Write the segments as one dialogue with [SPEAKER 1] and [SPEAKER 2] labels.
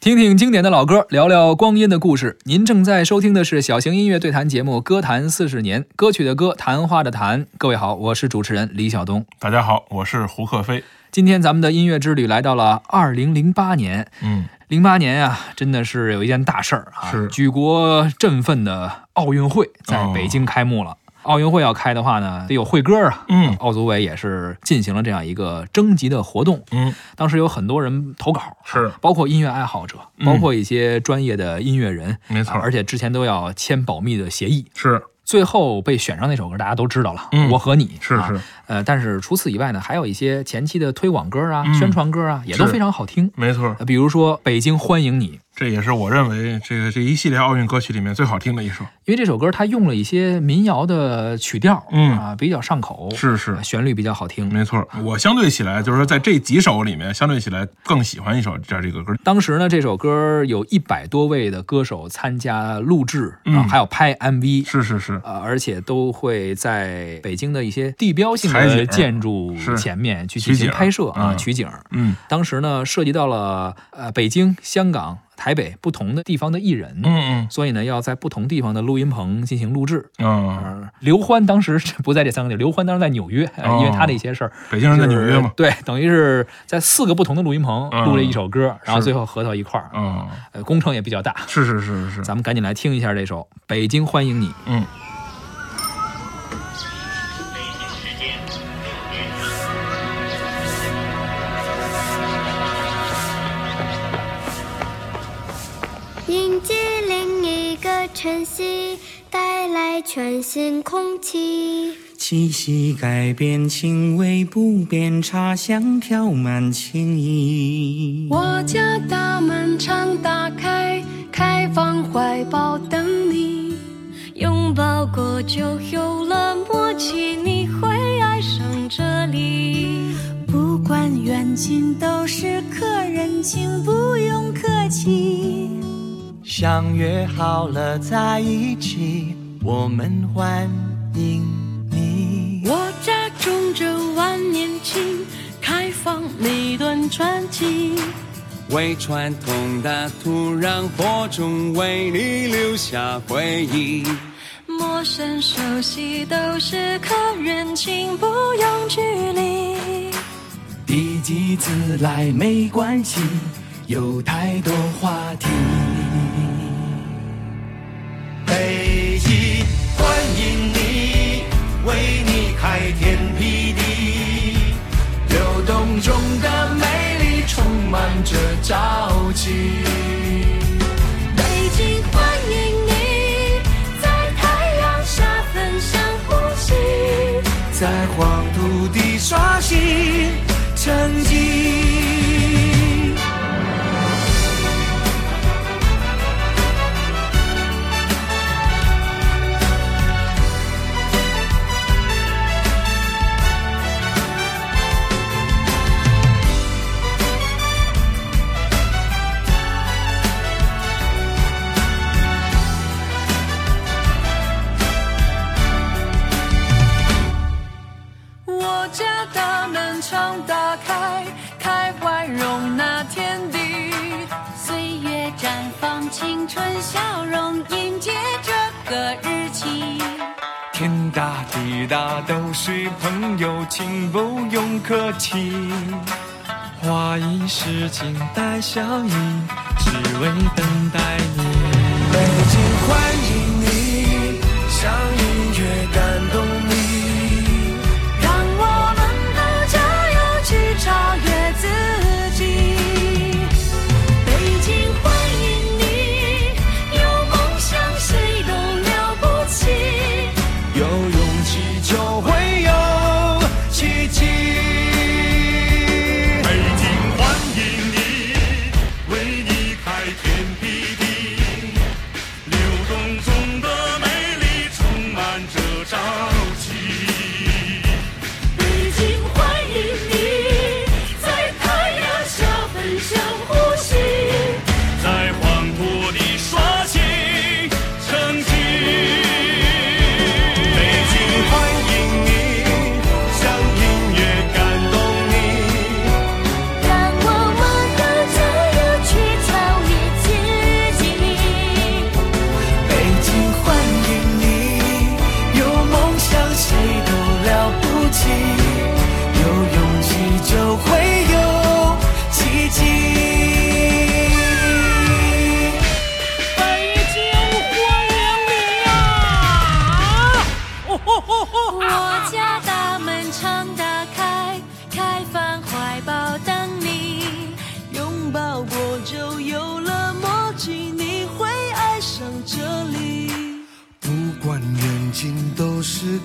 [SPEAKER 1] 听听经典的老歌，聊聊光阴的故事。您正在收听的是小型音乐对谈节目《歌坛四十年》，歌曲的歌，谈话的谈。各位好，我是主持人李晓东。
[SPEAKER 2] 大家好，我是胡克飞。
[SPEAKER 1] 今天咱们的音乐之旅来到了二零零八年，
[SPEAKER 2] 嗯，
[SPEAKER 1] 零八年啊，真的是有一件大事儿啊，
[SPEAKER 2] 是
[SPEAKER 1] 举国振奋的奥运会在北京开幕了。奥运会要开的话呢，得有会歌啊。
[SPEAKER 2] 嗯
[SPEAKER 1] 奥组委也是进行了这样一个征集的活动，
[SPEAKER 2] 嗯，
[SPEAKER 1] 当时有很多人投稿，
[SPEAKER 2] 是
[SPEAKER 1] 包括音乐爱好者，
[SPEAKER 2] 嗯
[SPEAKER 1] 包括一些专业的音乐人，
[SPEAKER 2] 没错
[SPEAKER 1] 啊而且之前都要签保密的协议。
[SPEAKER 2] 是
[SPEAKER 1] 最后被选上那首歌，大家都知道了，
[SPEAKER 2] 嗯
[SPEAKER 1] 我和你》
[SPEAKER 2] 是
[SPEAKER 1] 啊
[SPEAKER 2] 是，
[SPEAKER 1] 呃，但是除此以外呢，还有一些前期的推广歌啊、
[SPEAKER 2] 嗯
[SPEAKER 1] 宣传歌啊，也都
[SPEAKER 2] 是
[SPEAKER 1] 非常好听。
[SPEAKER 2] 没错，
[SPEAKER 1] 呃比如说《北京欢迎你》，
[SPEAKER 2] 这也是我认为这个这一系列奥运歌曲里面最好听的一首。
[SPEAKER 1] 因为这首歌它用了一些民谣的曲调，
[SPEAKER 2] 嗯
[SPEAKER 1] 啊，比较上口，
[SPEAKER 2] 是是
[SPEAKER 1] 啊，旋律比较好听。
[SPEAKER 2] 没错。我相对起来，就是说在这几首里面，相对起来更喜欢一首这这个歌。
[SPEAKER 1] 当时呢，这首歌有一百多位的歌手参加录制，
[SPEAKER 2] 嗯
[SPEAKER 1] 啊，还有拍 MV，
[SPEAKER 2] 是是是，
[SPEAKER 1] 呃，而且都会在北京的一些地标性
[SPEAKER 2] 采
[SPEAKER 1] 的
[SPEAKER 2] 景
[SPEAKER 1] 建筑
[SPEAKER 2] 是
[SPEAKER 1] 前面去
[SPEAKER 2] 取
[SPEAKER 1] 进行
[SPEAKER 2] 景
[SPEAKER 1] 拍摄啊，
[SPEAKER 2] 嗯
[SPEAKER 1] 取景。
[SPEAKER 2] 嗯
[SPEAKER 1] 当时呢，涉及到了呃北京、香港、台北不同的地方的艺人，
[SPEAKER 2] 嗯
[SPEAKER 1] 所以呢，要在不同地方的录音棚进行录制。
[SPEAKER 2] 嗯啊，
[SPEAKER 1] 呃，刘欢当时 是不在这三个地儿，刘欢当时在纽约，呃因为他的一些事儿。
[SPEAKER 2] 哦北京人在纽约嘛。
[SPEAKER 1] 就是对，等于是在四个不同的录音棚
[SPEAKER 2] 嗯
[SPEAKER 1] 录了一首歌，然后
[SPEAKER 2] 是
[SPEAKER 1] 最后合到一块儿，
[SPEAKER 2] 嗯，
[SPEAKER 1] 呃，工程也比较大。
[SPEAKER 2] 是是是是是，
[SPEAKER 1] 咱们赶紧来听一下这首《北京欢迎你》。
[SPEAKER 2] 嗯
[SPEAKER 3] 北京时间六点整。
[SPEAKER 4] 迎接另一个晨曦，带来全新空气。
[SPEAKER 5] 气息改变，情味不变，茶香飘满情意。
[SPEAKER 6] 我家大门常打开，开放怀抱等你，
[SPEAKER 4] 拥抱过就有了默契，你会爱上这里。
[SPEAKER 6] 不管远近都是客人，请不用客气。
[SPEAKER 5] 相约好了在一起，我们欢迎你。
[SPEAKER 6] 我家种着万年青，开放每段传奇。
[SPEAKER 5] 为传统的土壤播种，为你留下回忆。
[SPEAKER 6] 陌生熟悉都是客人，请不用距离。
[SPEAKER 5] 第几次来没关系，有太多话题。北京欢迎你，为你开天辟地，流动中的美丽充满着朝气。
[SPEAKER 4] 北京欢迎你，在太阳下分享呼吸。
[SPEAKER 5] 在黄土地刷新成绩。
[SPEAKER 6] 我家大门常打开，开怀容纳天地，
[SPEAKER 4] 岁月绽放青春笑容，迎接这个日期。
[SPEAKER 5] 天大地大都是朋友，请不用客气。花一世静待笑意，只为等待你。北京欢迎你，像音乐感动你。
[SPEAKER 6] 让我们都加油去超越自己。
[SPEAKER 4] 北京欢迎你，有梦想谁都了不起。
[SPEAKER 5] 有勇气就会有奇迹。
[SPEAKER 7] 北京欢迎你，为你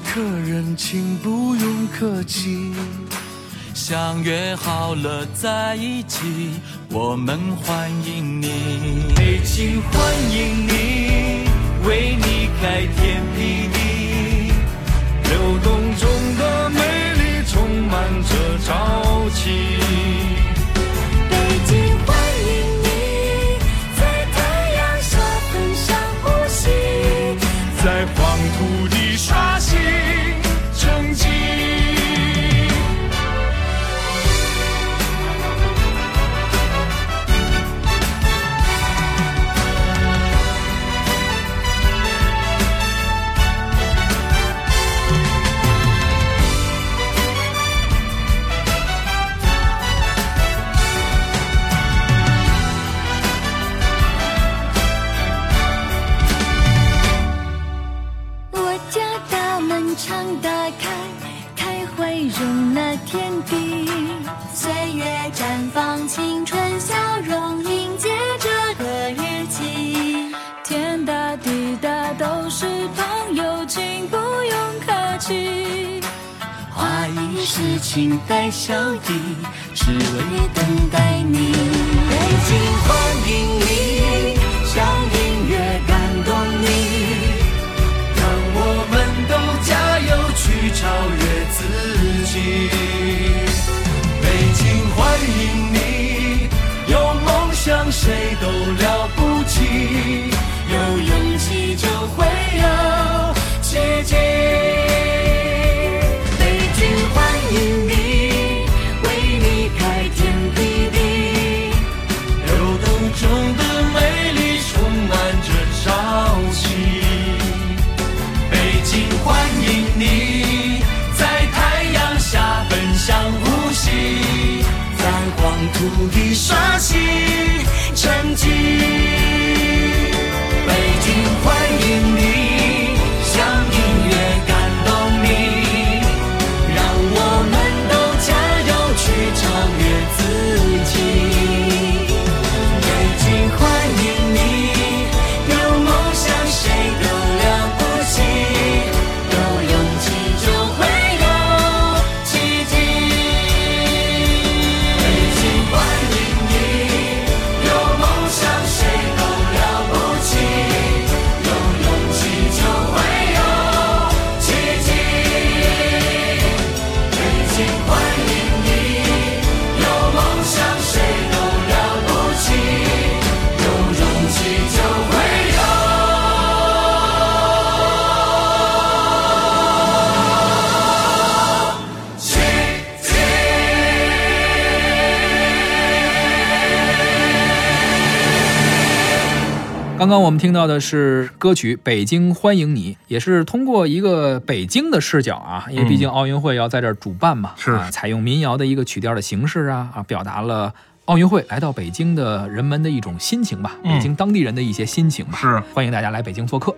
[SPEAKER 5] 客人，请不用客气。相约好了在一起，我们欢迎你。北京欢迎你，为你开天辟地。流动中的美丽充满着朝气。
[SPEAKER 4] 北京欢迎你，在太阳下分享呼吸。
[SPEAKER 5] 在黄土地刷新成绩。
[SPEAKER 4] 我家大门常打开，开怀容纳天地，岁月绽放青春笑容，迎接这个日期。
[SPEAKER 6] 天大地大都是朋友，请不用客气。
[SPEAKER 5] 花一世情带笑意，只为
[SPEAKER 4] 等待你，
[SPEAKER 5] 北京欢迎你，像音乐感动你，让我们都加油去超越自己。北京欢迎你，有梦想谁都了不起，有勇气就会有奇迹。北京欢迎你，为你开天辟地。流动中的美丽充满着朝气。北京欢迎你，在太阳下奔向呼吸，在黄土地刷新成绩。北京欢迎你，像音乐感动你，让我们都加油去超越自己。北京欢迎你，有梦想谁都了不起，有勇气就会有奇迹。北京欢迎你，有梦想谁都了不起，有勇气就会有奇迹。北京欢迎你，有梦想谁都了不起，有勇气就会有。奇迹。
[SPEAKER 1] 刚刚我们听到的是歌曲《北京欢迎你》，也是通过一个北京的视角啊，因为毕竟奥运会要在这儿主办嘛，
[SPEAKER 2] 是
[SPEAKER 1] 啊，采用民谣的一个曲调的形式啊，啊，表达了奥运会来到北京的人们的一种心情吧，
[SPEAKER 2] 嗯
[SPEAKER 1] 北京当地人的一些心情吧。
[SPEAKER 2] 是
[SPEAKER 1] 欢迎大家来北京做客。